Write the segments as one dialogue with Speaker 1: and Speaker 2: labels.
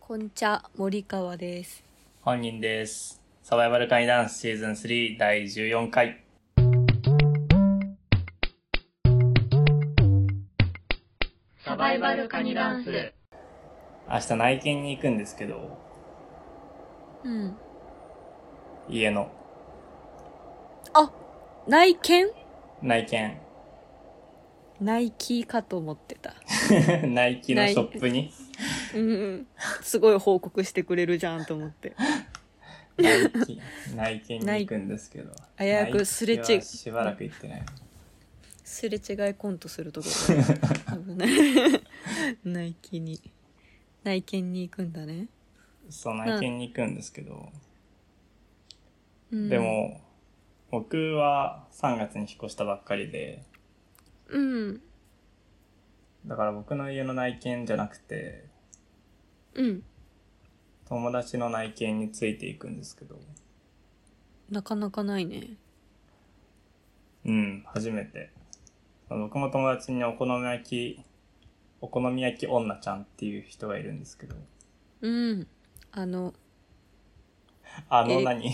Speaker 1: こんちゃ森川です。
Speaker 2: 本人です。サバイバル会ダンスシーズン3第14回。
Speaker 1: サバイバルカニダンス。
Speaker 2: 明日内見に行くんですけど、
Speaker 1: うん。
Speaker 2: 家の
Speaker 1: あ、内見
Speaker 2: 内見、
Speaker 1: ナイキかと思ってた。
Speaker 2: ナイキのショップに
Speaker 1: うんうん。すごい報告してくれるじゃんと思って。
Speaker 2: ナイキ、内見に行くんですけど。
Speaker 1: ナイ危うくすれ違う
Speaker 2: ナイキはしばらく行ってない。
Speaker 1: すれ違いコントするとこだよ危ない。ナ イキに。内見に行くんだね。
Speaker 2: そう、内見に行くんですけど、
Speaker 1: うん、
Speaker 2: で。も、僕は3月に引っ越したばっかりで、
Speaker 1: うん。
Speaker 2: だから僕の家の内見じゃなくて、
Speaker 1: うん。
Speaker 2: 友達の内見についていくんですけど、
Speaker 1: なかなかないね。
Speaker 2: うん、初めて。僕も友達にお好み焼き、お好み焼き女ちゃんっていう人がいるんですけど、
Speaker 1: うん。あの、
Speaker 2: あ
Speaker 1: え
Speaker 2: の何
Speaker 1: い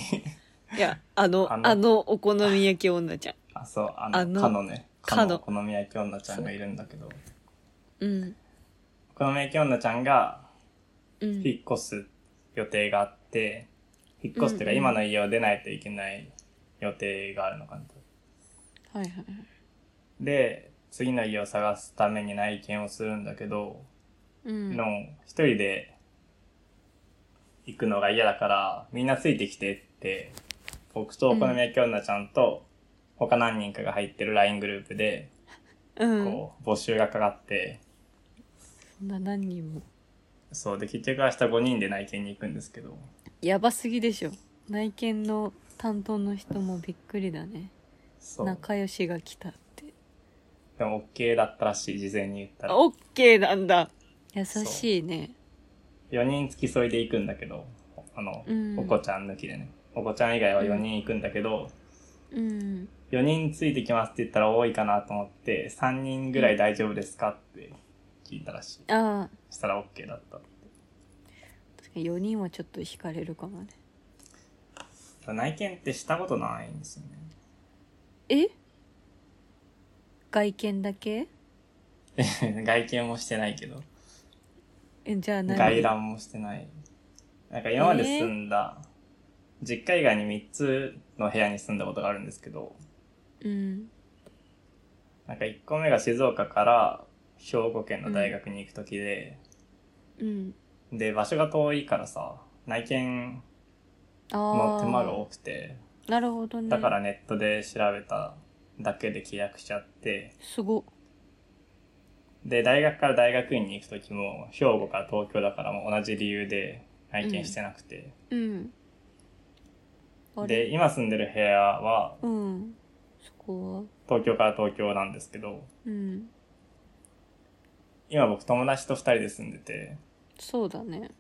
Speaker 1: や、あの、あの
Speaker 2: あの
Speaker 1: お好み焼き女ちゃん。
Speaker 2: あ、そう、あの、
Speaker 1: あの
Speaker 2: かのね、
Speaker 1: か
Speaker 2: か
Speaker 1: の
Speaker 2: のお好み焼き女ちゃんがいるんだけど、
Speaker 1: うん。
Speaker 2: お好み焼き女ちゃんが
Speaker 1: うん。
Speaker 2: 引っ越す予定があって、引っ越すっていうか
Speaker 1: うんうん
Speaker 2: 今の家を出ないといけない予定があるのかなと。
Speaker 1: はいはいはい。
Speaker 2: で、次の家を探すために内見をするんだけど、
Speaker 1: うん。
Speaker 2: の、一人で行くのが嫌だから、みんなついてきてって、僕とお好み焼き女ちゃんと、他何人かが入ってる LINE グループで、
Speaker 1: うん。
Speaker 2: こう、募集がかかって、
Speaker 1: そんな何人も。
Speaker 2: そうで、結局明日5人で内見に行くんですけど、
Speaker 1: やばすぎでしょ内見の担当の人もびっくりだね
Speaker 2: そう。
Speaker 1: 仲良しが来たって
Speaker 2: でも OK だったらしい、事前に言った
Speaker 1: あ
Speaker 2: ら。
Speaker 1: オッケーなんだ優しいね
Speaker 2: 4人付き添いで行くんだけど、あの、
Speaker 1: うん
Speaker 2: お子ちゃん抜きでね。お子ちゃん以外は4人行くんだけど、
Speaker 1: うん
Speaker 2: 4人ついてきますって言ったら多いかなと思って、3人ぐらい大丈夫ですかって聞いたらしい。
Speaker 1: ああ
Speaker 2: したら OK だった
Speaker 1: 確かに4人はちょっと惹かれるかもね
Speaker 2: ただ内見ってしたことないんですよね
Speaker 1: え外見だけ
Speaker 2: 外見もしてないけど
Speaker 1: えじゃあ何
Speaker 2: 外覧もしてないなんか今まで住んだ、実家以外に3つの部屋に住んだことがあるんですけど
Speaker 1: うん
Speaker 2: なんか1個目が静岡から兵庫県の大学に行く時で、
Speaker 1: うん
Speaker 2: で場所が遠いからさ内見
Speaker 1: あ
Speaker 2: の手間が
Speaker 1: あ
Speaker 2: 多くて
Speaker 1: なるほどね
Speaker 2: だからネットで調べただけで契約しちゃって
Speaker 1: すごっ
Speaker 2: で、大学から大学院に行くときも、兵庫から東京だからもう同じ理由で内見してなくて。
Speaker 1: うんあれ
Speaker 2: で、今住んでる部屋は、
Speaker 1: うんそこは
Speaker 2: 東京から東京なんですけど、
Speaker 1: うん
Speaker 2: 今僕友達と二人で住んでて、
Speaker 1: そうだね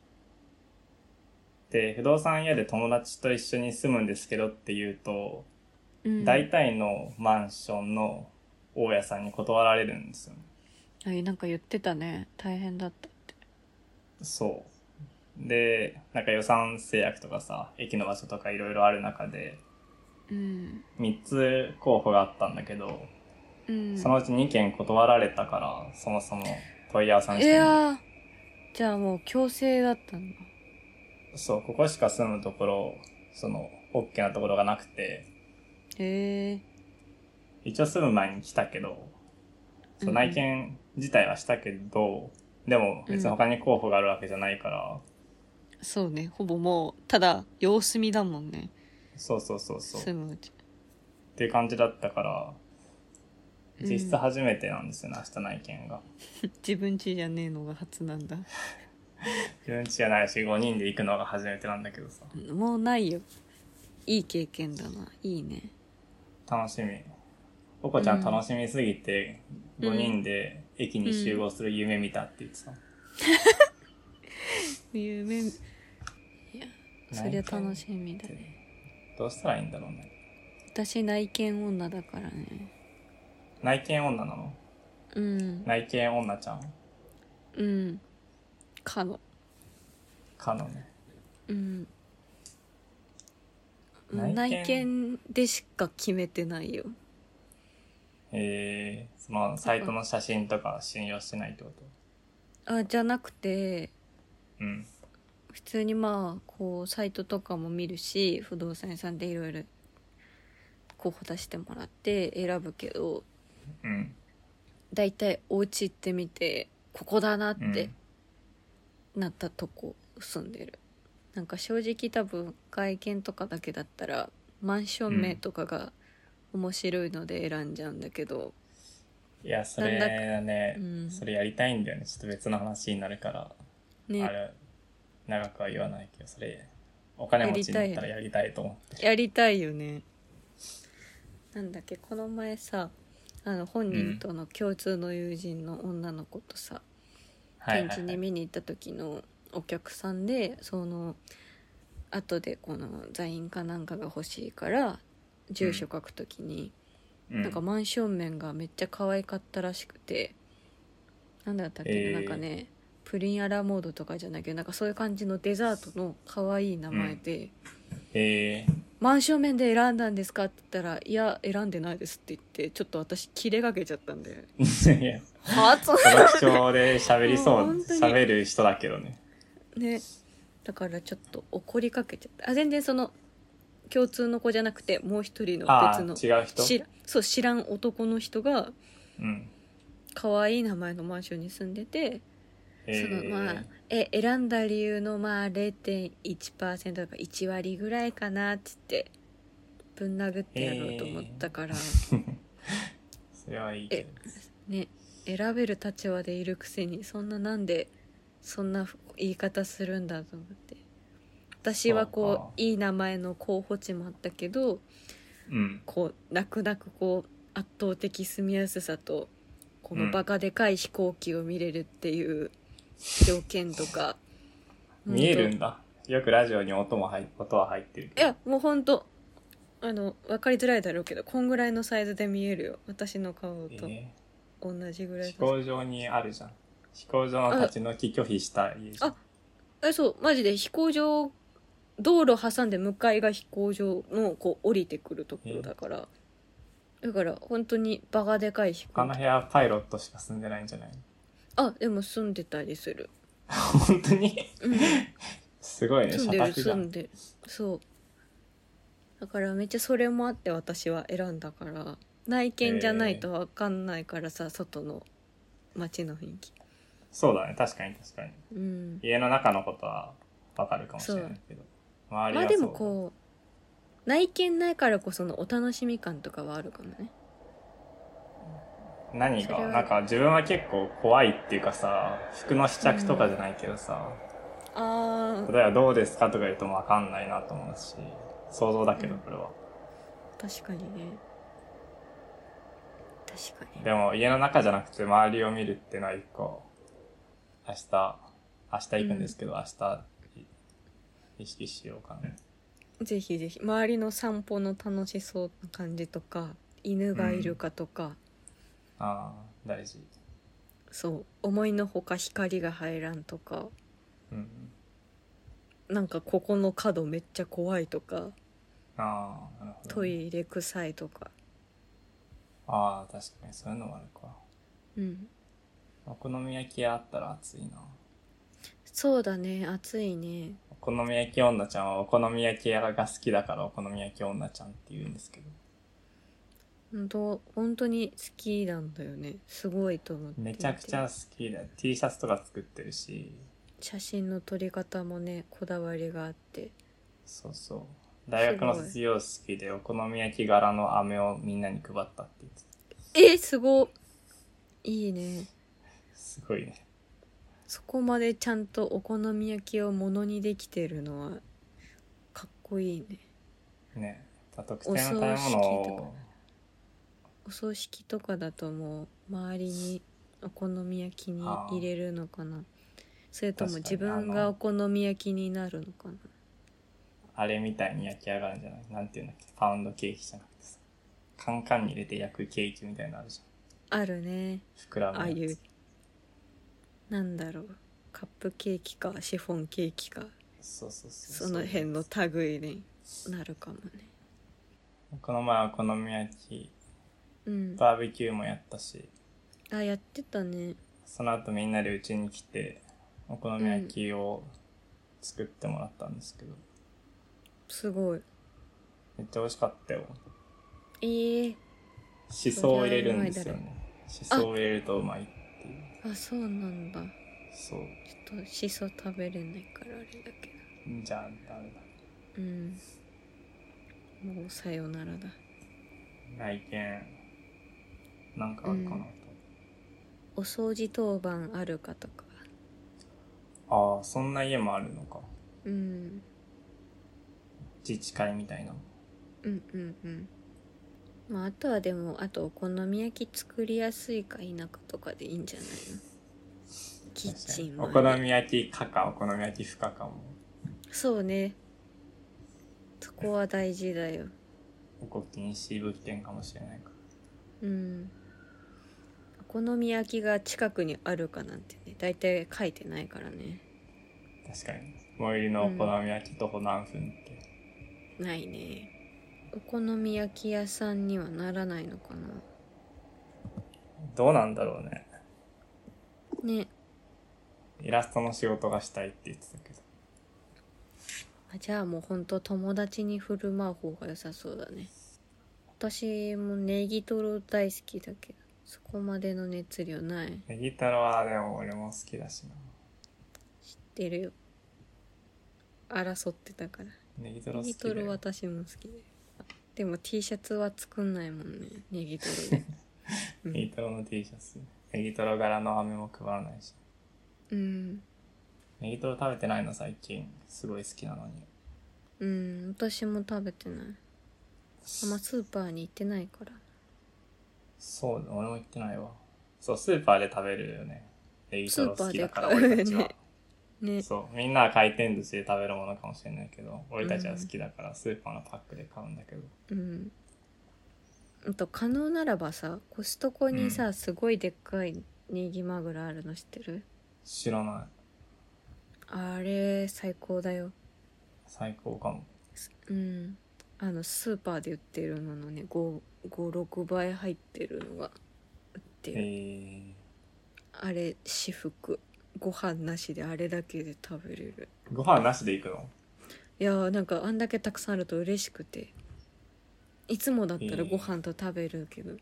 Speaker 2: で、不動産屋で友達と一緒に住むんですけどって言うと、
Speaker 1: うん
Speaker 2: 大体のマンションの大家さんに断られるんですよね。
Speaker 1: あなんか言ってたね大変だったって
Speaker 2: そう。で、なんか予算制約とかさ、駅の場所とかいろいろある中で、
Speaker 1: うん
Speaker 2: 三つ候補があったんだけど、
Speaker 1: うん
Speaker 2: そのうち2件断られたから、そもそも問い合わせま
Speaker 1: い
Speaker 2: してない
Speaker 1: やーじゃあもう強制だったんだ
Speaker 2: そう、ここしか住むところ、その、OK なところがなくて、
Speaker 1: へえ
Speaker 2: 一応住む前に来たけど、そううん内見自体はしたけど、でも別に他に候補があるわけじゃないから、
Speaker 1: そうねほぼもうただ様子見だもんね
Speaker 2: そうそうそうそう、
Speaker 1: 住むうち
Speaker 2: っていう感じだったから、
Speaker 1: うん
Speaker 2: 実質初めてなんですよね、明日内見が。
Speaker 1: 自分家じゃねえのが初なんだ
Speaker 2: 自分家じゃないし、5人で行くのが初めてなんだけどさ、
Speaker 1: もうないよいい経験だないいね
Speaker 2: 楽しみ。おこちゃ
Speaker 1: うん
Speaker 2: ん楽しみすぎて、
Speaker 1: うん
Speaker 2: 5人で駅に集合する夢見たって言ってた。
Speaker 1: 夢いやそりゃ楽しみだ
Speaker 2: 内見っ
Speaker 1: ね
Speaker 2: てどうしたらいいんだろうね。
Speaker 1: 私内見女だからね
Speaker 2: 内見女なの
Speaker 1: うん
Speaker 2: 内見女ちゃん
Speaker 1: うんかの
Speaker 2: かのね。
Speaker 1: うん
Speaker 2: 内見
Speaker 1: 内見でしか決めてないよ
Speaker 2: えー、そのサイトの写真とか信用してないってこと
Speaker 1: あじゃなくて
Speaker 2: うん。
Speaker 1: 普通にまあこうサイトとかも見るし不動産屋さんでいろいろ候補出してもらって選ぶけど
Speaker 2: うん。
Speaker 1: 大体お家行ってみてここだなっ
Speaker 2: うん
Speaker 1: てなったとこ住んでる、なんか正直多分外見とかだけだったらマンション名とかが面白いので選んじゃうんだけど、
Speaker 2: いや、それね、
Speaker 1: うん
Speaker 2: それやりたいんだよね。ちょっと別の話になるから、あ
Speaker 1: ね
Speaker 2: れ、長くは言わないけど、それ、お金持ちになったらやりたいと思って。
Speaker 1: やりたいよねなんだっけこの前さあの本人との共通の友人の女の子とさ、
Speaker 2: はいはい
Speaker 1: 現地
Speaker 2: は
Speaker 1: に
Speaker 2: い。
Speaker 1: 見に行った時のお客さんでその後でこの座員かなんかが欲しいから住所書く時に、
Speaker 2: うん
Speaker 1: なんかマンション面がめっちゃ可愛かったらしくてなんだったっけな、
Speaker 2: えー
Speaker 1: なんかねプリンアラモードとかじゃないけどなんかそういう感じのデザートの可愛い名前で、
Speaker 2: え
Speaker 1: マンション面で選んだんですかって言ったら「いや選んでないです」って言ってちょっと私キレかけちゃったんだよね。
Speaker 2: ー、い や、
Speaker 1: はあ
Speaker 2: その口調で喋りそ
Speaker 1: もう
Speaker 2: う
Speaker 1: 本当に
Speaker 2: 喋る人だけどね
Speaker 1: ねだからちょっと怒りかけちゃったあ全然その共通の子じゃなくてもう一人の
Speaker 2: ああ
Speaker 1: 別の
Speaker 2: 違う人
Speaker 1: 知らそう知らん男の人が
Speaker 2: うん
Speaker 1: 可愛い名前のマンションに住んでて、
Speaker 2: え
Speaker 1: そ
Speaker 2: ー
Speaker 1: のまあえ選んだ理由のまあ0.1%とか1割ぐらいかなっつってぶん殴ってやろうと思ったから、
Speaker 2: それはいいけど
Speaker 1: ね選べる立場でいるくせにそんななんでそんな言い方するんだと思って私は
Speaker 2: そうか
Speaker 1: こういい名前の候補地もあったけど
Speaker 2: うん
Speaker 1: こう泣く泣くこう圧倒的住みやすさとこ
Speaker 2: う
Speaker 1: の
Speaker 2: ん
Speaker 1: バカでかい飛行機を見れるっていう条件とか
Speaker 2: 見えるん
Speaker 1: 本
Speaker 2: だよくラジオに音も入っ音は入ってる
Speaker 1: 当いやもうほんとあの分かりづらいだろうけどこんぐらいのサイズで見えるよ私の顔と
Speaker 2: え
Speaker 1: 同じぐ
Speaker 2: ー
Speaker 1: らい
Speaker 2: 飛
Speaker 1: の
Speaker 2: 行場にあるじゃん飛行場の立ち退き拒否した家じゃん
Speaker 1: あえそうマジで飛行場道路挟んで向かいが飛行場のこう降りてくるところだから、だから本当にバカでかい飛
Speaker 2: 他
Speaker 1: 行
Speaker 2: の
Speaker 1: 機
Speaker 2: 部屋はパイロットしか住んでないんじゃない
Speaker 1: あでも住んでたりする、
Speaker 2: 本当に
Speaker 1: うん、
Speaker 2: すごいね
Speaker 1: 住ん
Speaker 2: 社
Speaker 1: でる
Speaker 2: 宅じ
Speaker 1: 住
Speaker 2: ゃん
Speaker 1: んでるそうだからめっちゃそれもあって私は選んだから内見じゃないと分かんないからさ、外の街の雰囲気
Speaker 2: そうだね確かに確かに
Speaker 1: うん
Speaker 2: 家の中のことはわかるかもしれないけど周り
Speaker 1: ま
Speaker 2: は
Speaker 1: あ
Speaker 2: そう
Speaker 1: でもこう内見ないからこそのお楽しみ感とかはあるかもね
Speaker 2: 何
Speaker 1: それ
Speaker 2: が
Speaker 1: は
Speaker 2: なんか自分は結構怖いっていうかさ服の試着とかじゃないけどさ、
Speaker 1: ああ
Speaker 2: 例えば「どうですか?」とか言うとも分かんないなと思うし想像だけど
Speaker 1: うん
Speaker 2: これは、
Speaker 1: 確かにね確かに
Speaker 2: でも家の中じゃなくて周りを見るっていうのは一個明日明日行くんですけど、明日い意識しようかね
Speaker 1: ぜひぜひ周りの散歩の楽しそうな感じとか犬がいるかとか、
Speaker 2: ああ大事
Speaker 1: そう思いのほか光が入らんとか
Speaker 2: うん
Speaker 1: なんかここの角めっちゃ怖いとか
Speaker 2: ああなるほど、
Speaker 1: トイレ臭いとか
Speaker 2: ああ確かにそういうのもあるか
Speaker 1: うん
Speaker 2: お好み焼き屋あったら暑いな
Speaker 1: そうだね暑いね
Speaker 2: お好み焼き女ちゃんはお好み焼き屋が好きだからお好み焼き女ちゃんって言うんですけど
Speaker 1: ほんと本当に好きなんだよねすごいと思って
Speaker 2: めちゃくちゃ好きだ T シャツとか作ってるし
Speaker 1: 写真の撮り方もねこだわりがあって
Speaker 2: そうそう大学の卒業式でお好み焼き柄の飴をみんなに配ったって言ってた
Speaker 1: えすごいいね
Speaker 2: すごいね
Speaker 1: そこまでちゃんとお好み焼きをものにできてるのはかっこいいね
Speaker 2: ね特定の食べ物を
Speaker 1: お葬式とかだともう周りにお好み焼きに入れるのかなそれとも
Speaker 2: 確か
Speaker 1: 自
Speaker 2: に
Speaker 1: 分
Speaker 2: あの
Speaker 1: がお好み焼きになるのかな
Speaker 2: あれみたいに焼き上がるんじゃないなんていうんだっけパウンドケーキじゃなくてさカンカンに入れて焼くケーキみたいなのあるじゃん
Speaker 1: あるね
Speaker 2: 膨らむ
Speaker 1: ああ
Speaker 2: やつ
Speaker 1: いうなんだろうカップケーキかシフォンケーキか
Speaker 2: そうそうそう
Speaker 1: その辺の類になるかもね
Speaker 2: この前はお好み焼き
Speaker 1: うん
Speaker 2: バーベキューもやったし
Speaker 1: あやってたね
Speaker 2: その後みんなでうちに来てお好み焼きを作ってもらったんですけど、
Speaker 1: すごい
Speaker 2: めっちゃ美味しかったよ
Speaker 1: えー、
Speaker 2: しそを入れるんですよねし
Speaker 1: だろう
Speaker 2: そを入れるとうまいっていう
Speaker 1: あそうなんだ
Speaker 2: そう
Speaker 1: ちょっとしそ食べれないからあれだけど
Speaker 2: じゃあダメ
Speaker 1: うんもうさよならだ
Speaker 2: だ来県なんかあるかなと、
Speaker 1: お掃除当番あるかとか
Speaker 2: ああそんな家もあるのか
Speaker 1: うん
Speaker 2: 自治会みたいな
Speaker 1: うんうんうんまああとはでもあとお好み焼き作りやすいか否かとかでいいんじゃないのキッチン
Speaker 2: お
Speaker 1: も
Speaker 2: 好み焼きかかお好み焼き不可かも
Speaker 1: そうねそこは大事だよ
Speaker 2: おこ禁止物件かもしれないから
Speaker 1: うんお好み焼きが近くにあるかなんてね大体書いてないからね
Speaker 2: 確かに最寄りのお好み焼き徒歩何分って、
Speaker 1: ないねお好み焼き屋さんにはならないのかな
Speaker 2: どうなんだろうね
Speaker 1: ね
Speaker 2: イラストの仕事がしたいって言ってたけど
Speaker 1: あじゃあもうほんと友達に振る舞う方が良さそうだね私もネギトロ大好きだけどそこまでの熱量ない
Speaker 2: ネギ太郎はでも俺も好きだしな
Speaker 1: 知ってるよ争ってたから
Speaker 2: ネギ太郎
Speaker 1: ネ
Speaker 2: 好
Speaker 1: ギ
Speaker 2: きだ
Speaker 1: トロ
Speaker 2: よ
Speaker 1: 私も好きででも T シャツは作んないもんねネギトロで うん
Speaker 2: ネギ太郎の T シャツネギ太郎柄の飴も配らないし
Speaker 1: うん
Speaker 2: ネギトロ食べてないの最近すごい好きなのに
Speaker 1: うん私も食べてないあんまスーパーに行ってないから
Speaker 2: そうだ俺も行ってないわそうスーパーで食べるよねネギトロ好きだから
Speaker 1: スーパーで
Speaker 2: 俺たちは、
Speaker 1: 買 ね
Speaker 2: そうみんなは回転寿司で食べるものかもしれないけど俺たちは好きだからスーパーのパックで買うんだけど、
Speaker 1: うんあと可能ならばさコストコにさ、
Speaker 2: う
Speaker 1: すごいでっかいネギマグロあるの知ってる
Speaker 2: 知らない
Speaker 1: あれ最高だよ
Speaker 2: 最高かも
Speaker 1: うんあのスーパーで売ってるののね56倍入ってるのが売ってる、
Speaker 2: え
Speaker 1: あれ私服ご飯なしであれだけで食べれる
Speaker 2: ー、ご飯なしで行くの
Speaker 1: いやーなんかあんだけたくさんあると嬉しくていつもだった
Speaker 2: え
Speaker 1: ら
Speaker 2: ー
Speaker 1: ご飯と食べるけど、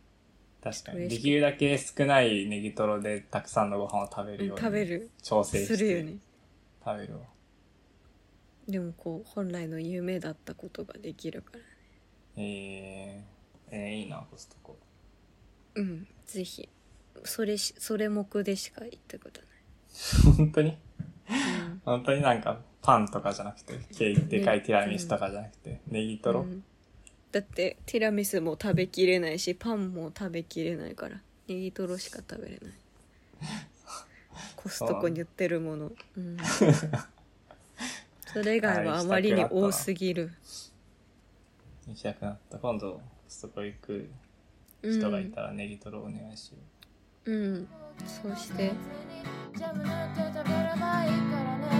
Speaker 2: 確かに
Speaker 1: 嬉し
Speaker 2: で
Speaker 1: い
Speaker 2: きるだけ少ないネギトロでたくさんのご飯を食べるよ
Speaker 1: う
Speaker 2: うんに
Speaker 1: 食べる
Speaker 2: 調整して
Speaker 1: するよね
Speaker 2: 食べるわ
Speaker 1: でもこう本来の夢だったことができるから
Speaker 2: えー、えー、いいなコストコ
Speaker 1: うんぜひそれしそれ目でしか行ったこと
Speaker 2: 本当に
Speaker 1: ない、うん
Speaker 2: 本当になんかパンとかじゃなくてケーキでかいティラミスとかじゃなくてネギトロ、
Speaker 1: うんだってティラミスも食べきれないしパンも食べきれないからネギトロしか食べれ ないコストコに売ってるもの、うん、 それ以外はあまりに多すぎる
Speaker 2: 行きたくなった今度コストコ行く人がいたらネギトロお願いしよ
Speaker 1: うん、うん、そうして
Speaker 3: ジャムなんて食べればいいからね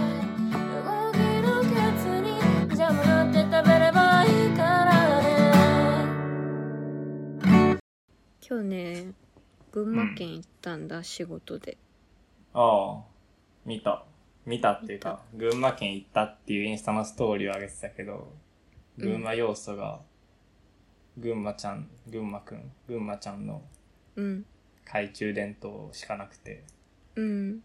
Speaker 3: 動きのケツにジャムなんて食べればいいからね
Speaker 1: 今日ね群馬県行ったんだ、仕事で
Speaker 2: う、ああ見た見たっていうか群馬県行ったっていうインスタのストーリーを上げてたけど
Speaker 1: うん
Speaker 2: 群馬要素が、群馬ちゃん群馬くん群馬ちゃんの
Speaker 1: うん
Speaker 2: 懐中電灯しかなくて
Speaker 1: うん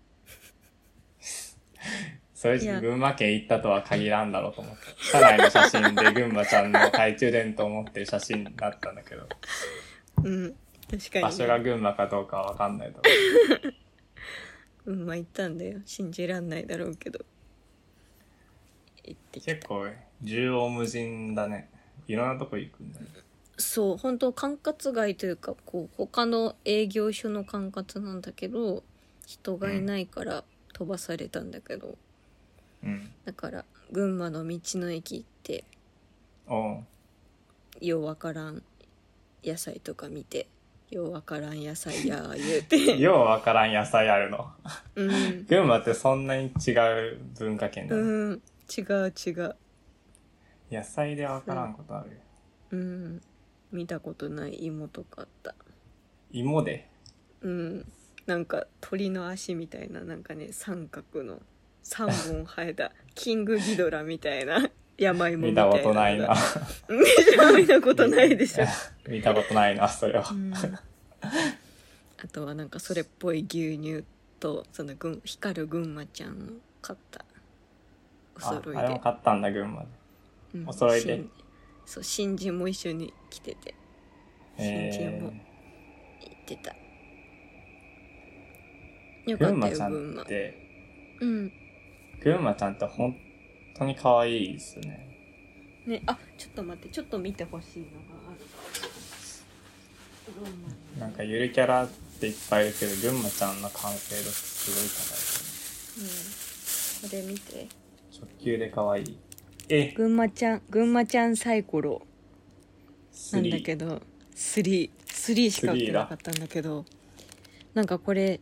Speaker 2: それ
Speaker 1: いや
Speaker 2: 群馬県行ったとは限らんだろうと思って車内の写真で群馬ちゃんの懐中電灯を持ってる写真だったんだけど
Speaker 1: うん確かに、ね、
Speaker 2: 場所が群馬かどうかは分かんないと
Speaker 1: うんまあ行ったんだよ信じらんないだろうけど行ってきた
Speaker 2: 結構縦横無尽だねいろんなとこ行くんだね
Speaker 1: そう本当管轄外というかこう他の営業所の管轄なんだけど人がいないから飛ばされたんだけど、
Speaker 2: うん
Speaker 1: だから群馬の道の駅行って
Speaker 2: おう
Speaker 1: ようわからん野菜とか見てようわからん野菜や ー言うて。
Speaker 2: ようわからん野菜あるの。
Speaker 1: うん。
Speaker 2: 群馬ってそんなに違う文化圏だ、ね
Speaker 1: うん。違う違う。
Speaker 2: 野菜でわからんことあるよ。
Speaker 1: うん。見たことない芋とかあった。
Speaker 2: 芋で。
Speaker 1: うん。なんか鳥の足みたいな、なんかね、三角の三本生えた、キングギドラみたい な山芋
Speaker 2: 見
Speaker 1: みたいな。
Speaker 2: たことないな。。
Speaker 1: でしょ 見たことないでしょ。
Speaker 2: 見たことないな、それは。
Speaker 1: うんあとはなんかそれっぽい牛乳とそのぐん光る群馬ちゃんを買ったお
Speaker 2: あ
Speaker 1: 揃い
Speaker 2: あれも
Speaker 1: で、
Speaker 2: 買ったんだ、群馬で。
Speaker 1: うん
Speaker 2: お揃いで
Speaker 1: 新そう新人も一緒に来てて新人も
Speaker 2: え
Speaker 1: 行ってた、よかっ
Speaker 2: ー、群
Speaker 1: た
Speaker 2: 馬
Speaker 1: よ
Speaker 2: ちゃ
Speaker 1: 群
Speaker 2: ん
Speaker 1: 馬
Speaker 2: って、
Speaker 1: うん
Speaker 2: 群馬ちゃんって本当に可愛いですね。
Speaker 1: ねあちょっと待ってちょっと見てほしいのがある群馬
Speaker 2: なんかゆるキャラっていっぱいいるけど、群馬ちゃんの完成度す
Speaker 1: うん
Speaker 2: ご
Speaker 1: これ見て
Speaker 2: い高い。直球で可愛い。え、
Speaker 1: 群馬ちゃん群馬ちゃんサイコロな
Speaker 2: ス
Speaker 1: んだ
Speaker 2: リー。
Speaker 1: けど33しか売ってなかったんだけどなんかこれ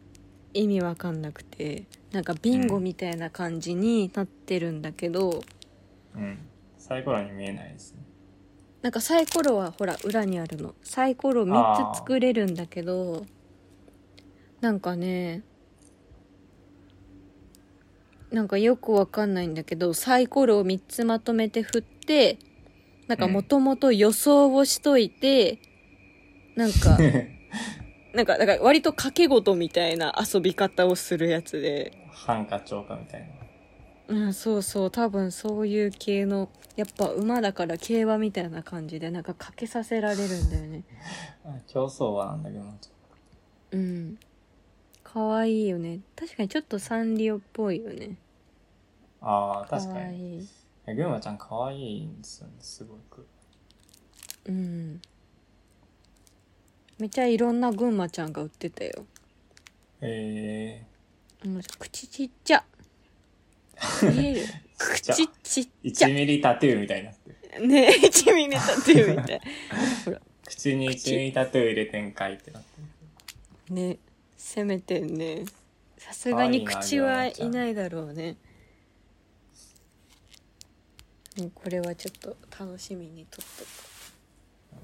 Speaker 1: 意味わかんなくてなんかビンゴみたいな感じになってるんだけど、
Speaker 2: うん。サイコロに見えないですね。
Speaker 1: なんかサイコロはほら裏にあるのサイコロ3つ作れるんだけどなんかねなんかよくわかんないんだけどサイコロを3つまとめて振ってなんかもともと予想をしといて、なんかなんか、だから割と掛け事みたいな遊び方をするやつで。
Speaker 2: ハンカチョウかみたいな。
Speaker 1: うん、そうそう。多分そういう系の、やっぱ馬だから競馬みたいな感じで、なんかかけさせられるんだよね。
Speaker 2: あ競走馬なんだけどなちょ
Speaker 1: うん。かわいいよね。確かにちょっとサンリオっぽいよね。
Speaker 2: ああ
Speaker 1: か
Speaker 2: 確か
Speaker 1: わ
Speaker 2: に
Speaker 1: いい。
Speaker 2: いや群馬ちゃん可愛いんですよねすごく
Speaker 1: うん。めっちゃいろんな群馬ちゃんが売ってたよ。
Speaker 2: え
Speaker 1: うん、口ちっ ちゃ。見える
Speaker 2: ちゃ
Speaker 1: 口ちっ
Speaker 2: ー、
Speaker 1: ちゃ
Speaker 2: 1。ミリタトゥーみたいになってる
Speaker 1: ねえ、1ミリ立ってるみたい。
Speaker 2: 口に1ミリタトゥー入れてんかいってなってる
Speaker 1: ねせめてんねさすがに口はいないだろうねうんこれはちょっと楽しみに撮っとこ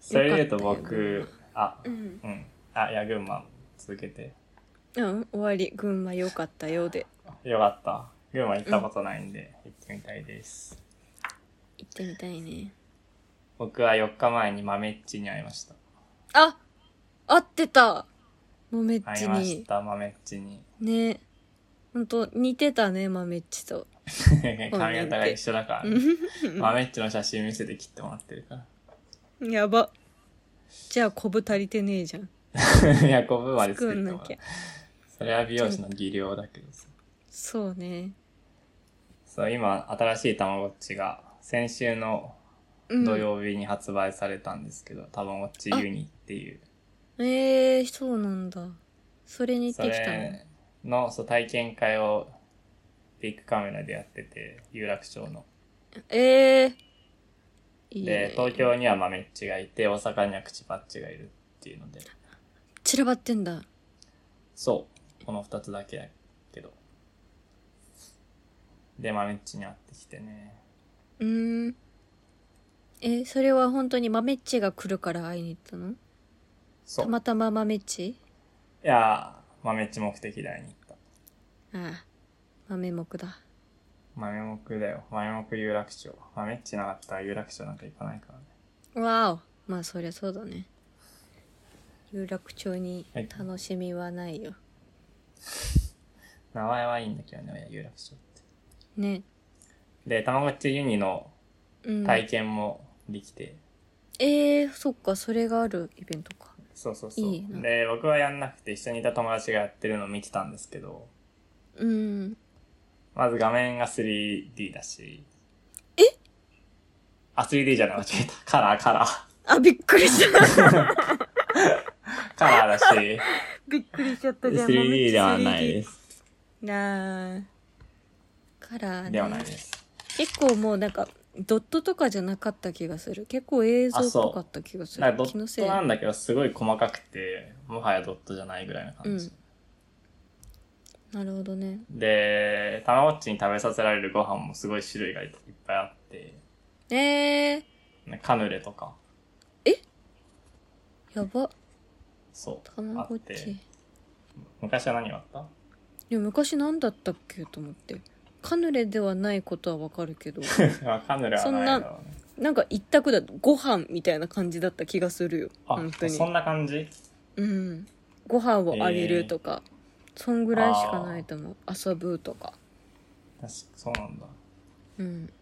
Speaker 2: それで言うと
Speaker 1: よかったよ
Speaker 2: 僕あ
Speaker 1: ううん、
Speaker 2: うんあいや群馬続けて
Speaker 1: うん、終わり群馬良かったようで
Speaker 2: よかった群馬行ったことないんで、行ってみたいです
Speaker 1: 行ってみたいね
Speaker 2: 僕は4日前に豆っちに会いました
Speaker 1: あ合ってたもめっ
Speaker 2: 会い
Speaker 1: ち
Speaker 2: まし
Speaker 1: に
Speaker 2: た豆っちに
Speaker 1: ねほんと似てたね豆っちと
Speaker 2: 髪型が一緒だから、ね、豆っちの写真見せて切ってもらってるから
Speaker 1: やばじゃあこぶ足りてねえじゃん
Speaker 2: ヤコブまで作
Speaker 1: 作
Speaker 2: って
Speaker 1: ん
Speaker 2: も
Speaker 1: な
Speaker 2: らう
Speaker 1: きゃ
Speaker 2: それは美容師の技量だけどさ
Speaker 1: そうね
Speaker 2: そう今新しいたまごっちが先週の
Speaker 1: うん
Speaker 2: 土曜日に発売されたんですけど、たまごっちユニっていう
Speaker 1: ええー、そうなんだ。それに行
Speaker 2: そ
Speaker 1: ってきたの。
Speaker 2: れのそう体験会をビッグカメラでやってて有楽町の
Speaker 1: ええー。いい
Speaker 2: で
Speaker 1: ね。
Speaker 2: 東京には豆っちがいて大阪には口パッチがいるっていうので
Speaker 1: 散らばってんだ。
Speaker 2: そうこの2つだけだけどで豆っちに会ってきてね
Speaker 1: うーん。えーそれは本当に豆っちが来るから会いに行ったの
Speaker 2: そ
Speaker 1: た
Speaker 2: うい
Speaker 1: またま豆っち
Speaker 2: やー豆っち目的台に行った
Speaker 1: ああ。豆目だ。
Speaker 2: 豆目だよ。豆目有楽町。豆っちなかったら有楽町なんか行かないからね。
Speaker 1: わお。まあそりゃそうだね。有楽町に楽しみはないよ。
Speaker 2: 名前はいいんだけどね、有楽町って。
Speaker 1: ね。
Speaker 2: で、たまごっちユニの
Speaker 1: うん。
Speaker 2: 体験もできて、
Speaker 1: ええー、そっか、それがあるイベントか。
Speaker 2: そうそうそう
Speaker 1: いいな
Speaker 2: で、僕はやんなくて一緒にいた友達がやってるのを見てたんですけど、
Speaker 1: うん。
Speaker 2: まず画面が 3D だし。えあ、3D じゃない、間違えた。カラー、カラー。
Speaker 1: あ、びっくり した。
Speaker 2: カラー だし、
Speaker 1: びっくりしちゃったじゃん。。
Speaker 2: 3D ではないですす。
Speaker 1: なあ。カラーね
Speaker 2: ではないです。
Speaker 1: 結構もうなんかドットとかじゃなかった気がする結構映像っぽかった気がす
Speaker 2: な
Speaker 1: る
Speaker 2: んかド
Speaker 1: 気の
Speaker 2: ッ
Speaker 1: せい
Speaker 2: トなんだけど、すごい細かくて、もはやドットじゃないぐらいの感じ。
Speaker 1: なるほどね
Speaker 2: で、たまごっちに食べさせられるご飯もすごい種類がいっぱいあって、
Speaker 1: えー、
Speaker 2: ねカヌレとか、
Speaker 1: やば
Speaker 2: そう、
Speaker 1: たま
Speaker 2: あ
Speaker 1: ご
Speaker 2: っ
Speaker 1: ってち。
Speaker 2: 昔は何があった
Speaker 1: でも昔何だったっけと思ってカヌレではないことはわかるけど
Speaker 2: まあカヌレはないだろうね。
Speaker 1: なんか一択だご飯みたいな感じだった気がするよ
Speaker 2: あ
Speaker 1: 本当、に
Speaker 2: そんな感じ
Speaker 1: うんご飯をあげるとか、そんぐらいしかないと思う遊ぶとか
Speaker 2: 確かそうなんだ。
Speaker 1: うん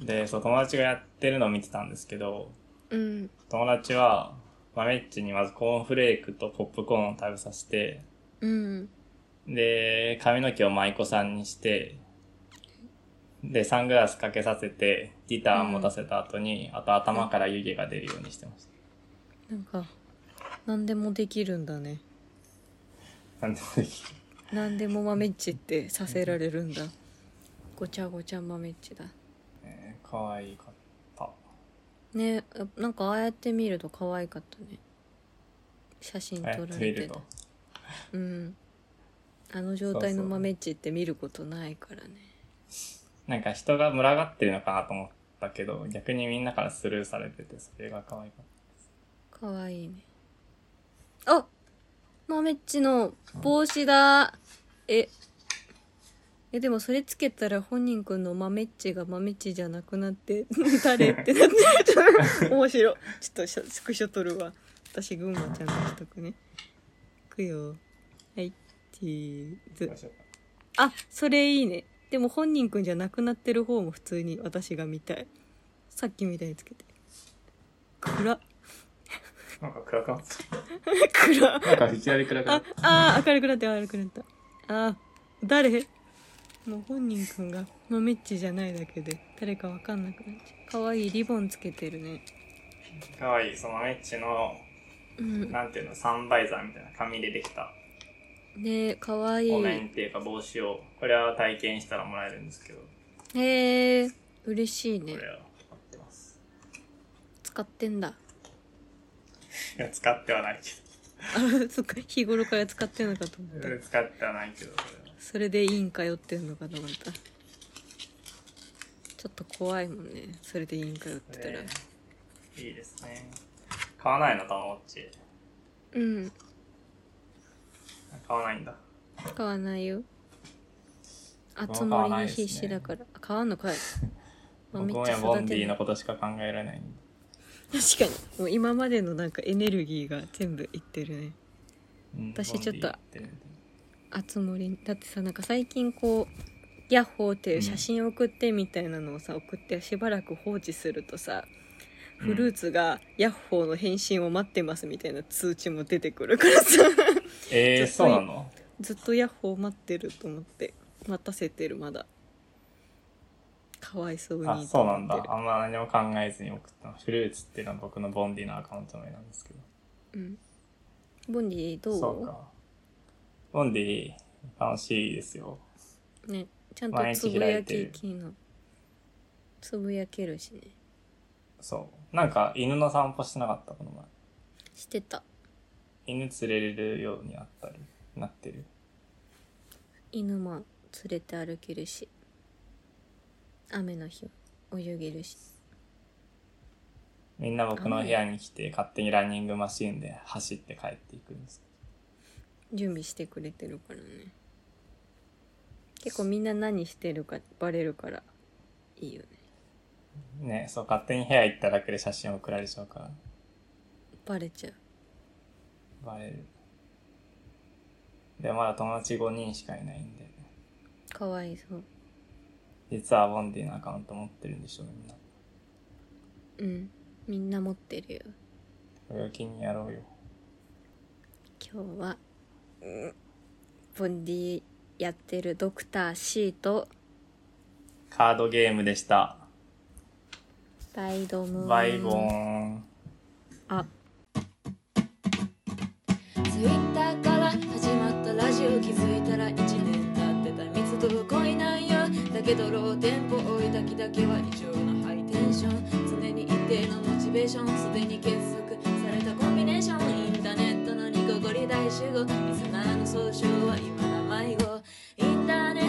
Speaker 2: で、そう、友達がやってるのを見てたんですけど、
Speaker 1: うん
Speaker 2: 友達は、豆っちにまずコーンフレークとポップコーンを食べさせて、
Speaker 1: うん
Speaker 2: で、髪の毛を舞妓さんにして、で、サングラスかけさせて、ギター持たせた後に、あと頭から湯気が出るようにしてまし
Speaker 1: なんか何でもできるんだね
Speaker 2: た。なんでもできる
Speaker 1: 何でも豆っちってさせられるんだごちゃごちゃ豆っちだ
Speaker 2: ね可愛かった。
Speaker 1: ねなんかああやって見ると可愛かったね写真撮
Speaker 2: え
Speaker 1: られ
Speaker 2: トイレ
Speaker 1: てた
Speaker 2: と。
Speaker 1: うんあの状態の豆っちって見ることないからね
Speaker 2: なんか人が群がってるのかなと思ったけど、逆にみんなからスルーされてて、それが可愛かっ
Speaker 1: かわいいねあ豆っちの帽子だええでもそれつけたら本人くんの豆っちが豆っちじゃなくなって 誰ってなって 面白いちょっとしスクショ撮るわ私群馬ちゃんとしとくねいくよはいチー
Speaker 2: た。
Speaker 1: ズ
Speaker 2: どうしようか
Speaker 1: あそれいいねでも本人くんじゃなくなってる方も普通に私が見たいさっきみたいにつけて暗っ
Speaker 2: なんか暗くなっ。
Speaker 1: 暗った
Speaker 2: なんかいきなり暗くな
Speaker 1: あ
Speaker 2: っ、
Speaker 1: あー、明るくなった、明るくなった。あー、誰もう本人くんが、まめっちじゃないだけで、誰かわかんなくなっちゃう。かわいいリボンつけてるね。
Speaker 2: た。可愛い、そのメッチの、
Speaker 1: うん。
Speaker 2: なんていうの、サンバイザーみたいな紙でできた
Speaker 1: ねかわい
Speaker 2: お
Speaker 1: い。
Speaker 2: 面っていうか帽子を、これは体験したらもらえるんですけど、こ
Speaker 1: へえ、嬉しいね
Speaker 2: れ。は使ってます。
Speaker 1: 使ってんだ。
Speaker 2: いや、使ってはないけ
Speaker 1: あ、そっか、日頃から使ってんのかと思った。
Speaker 2: ど。使ってはないけど、これは
Speaker 1: それでいいんかよってんのかと思った。ちょっと怖いもんね。それでいいんかよってたら。
Speaker 2: ねいいですね。買わないの、たまごっち。
Speaker 1: うん。
Speaker 2: 買わないんだ。
Speaker 1: 買わないよあ
Speaker 2: 僕
Speaker 1: つ
Speaker 2: も買わ
Speaker 1: 森
Speaker 2: ない
Speaker 1: に
Speaker 2: ですね
Speaker 1: 必死だから、あ買わんの かいまあ
Speaker 2: 僕も
Speaker 1: めっ
Speaker 2: ね
Speaker 1: ちゃ
Speaker 2: ボ
Speaker 1: 育
Speaker 2: ンデ
Speaker 1: て
Speaker 2: ィ
Speaker 1: な
Speaker 2: の
Speaker 1: い
Speaker 2: ことしか考えられないんで。
Speaker 1: 確かにもう今までのなんかエネルギーが全部いってるね
Speaker 2: うん
Speaker 1: 私ちょっと
Speaker 2: ボンディって
Speaker 1: あつ森だってさなんか最近こう「ヤッホー」っていう写真送ってみたいなのをさ、送ってしばらく放置するとさ
Speaker 2: うん
Speaker 1: フルーツが「ヤッホー」の返信を待ってますみたいな通知も出てくるからさち
Speaker 2: えー、
Speaker 1: ょ
Speaker 2: そ
Speaker 1: っ
Speaker 2: う
Speaker 1: と
Speaker 2: なの
Speaker 1: ずっと「ヤッホー」待ってると思って待たせてるまだかわいそうにと思っ
Speaker 2: あ、
Speaker 1: てる
Speaker 2: そうなんだ。あんま何も考えずに送ったの。フルーツっていうのは僕のボンディのアカウント名なんですけど。
Speaker 1: うんボンディどう
Speaker 2: そうか。ボンディ、楽しいですよ。
Speaker 1: ねちゃんと
Speaker 2: 毎
Speaker 1: つ
Speaker 2: 日
Speaker 1: ぶ
Speaker 2: 開
Speaker 1: や
Speaker 2: いて
Speaker 1: きき
Speaker 2: る
Speaker 1: のつぶやけるしね
Speaker 2: そう。なんか、犬の散歩してなかった、この前。
Speaker 1: してた
Speaker 2: 犬連れれるようになったり、なってる。
Speaker 1: 犬も連れて歩けるし雨の日は泳げるし
Speaker 2: みんな僕の部屋に来て、勝手にランニングマシーンで走って帰っていくんです。
Speaker 1: 準備してくれてるからね結構みんな何してるかバレるからいいよね
Speaker 2: ね、そう、勝手に部屋行っただけで写真送られちゃうから、
Speaker 1: バレちゃう
Speaker 2: バレる。で、まだ友達5人しかいないんで、
Speaker 1: かわいそう
Speaker 2: 実はボンディのアカウント持ってるんでしょ、みんな。
Speaker 1: うんみんな持ってるよ
Speaker 2: これを気にやろうよ。
Speaker 1: 今日は、ボンディやってるドクター C と
Speaker 2: カードゲームでした。
Speaker 1: バイドムーン
Speaker 2: バイボーン。
Speaker 1: あ
Speaker 3: ツイッターから始まったラジオ気づいたら1年経ってた密度が濃いなんよだだけドローテンポ追い焚きだけは異常なハイテンション常に一定のモチベーションすでに結束されたコンビネーションインターネットのニコゴリ大集合リスナーの総称は今だ迷子インターネ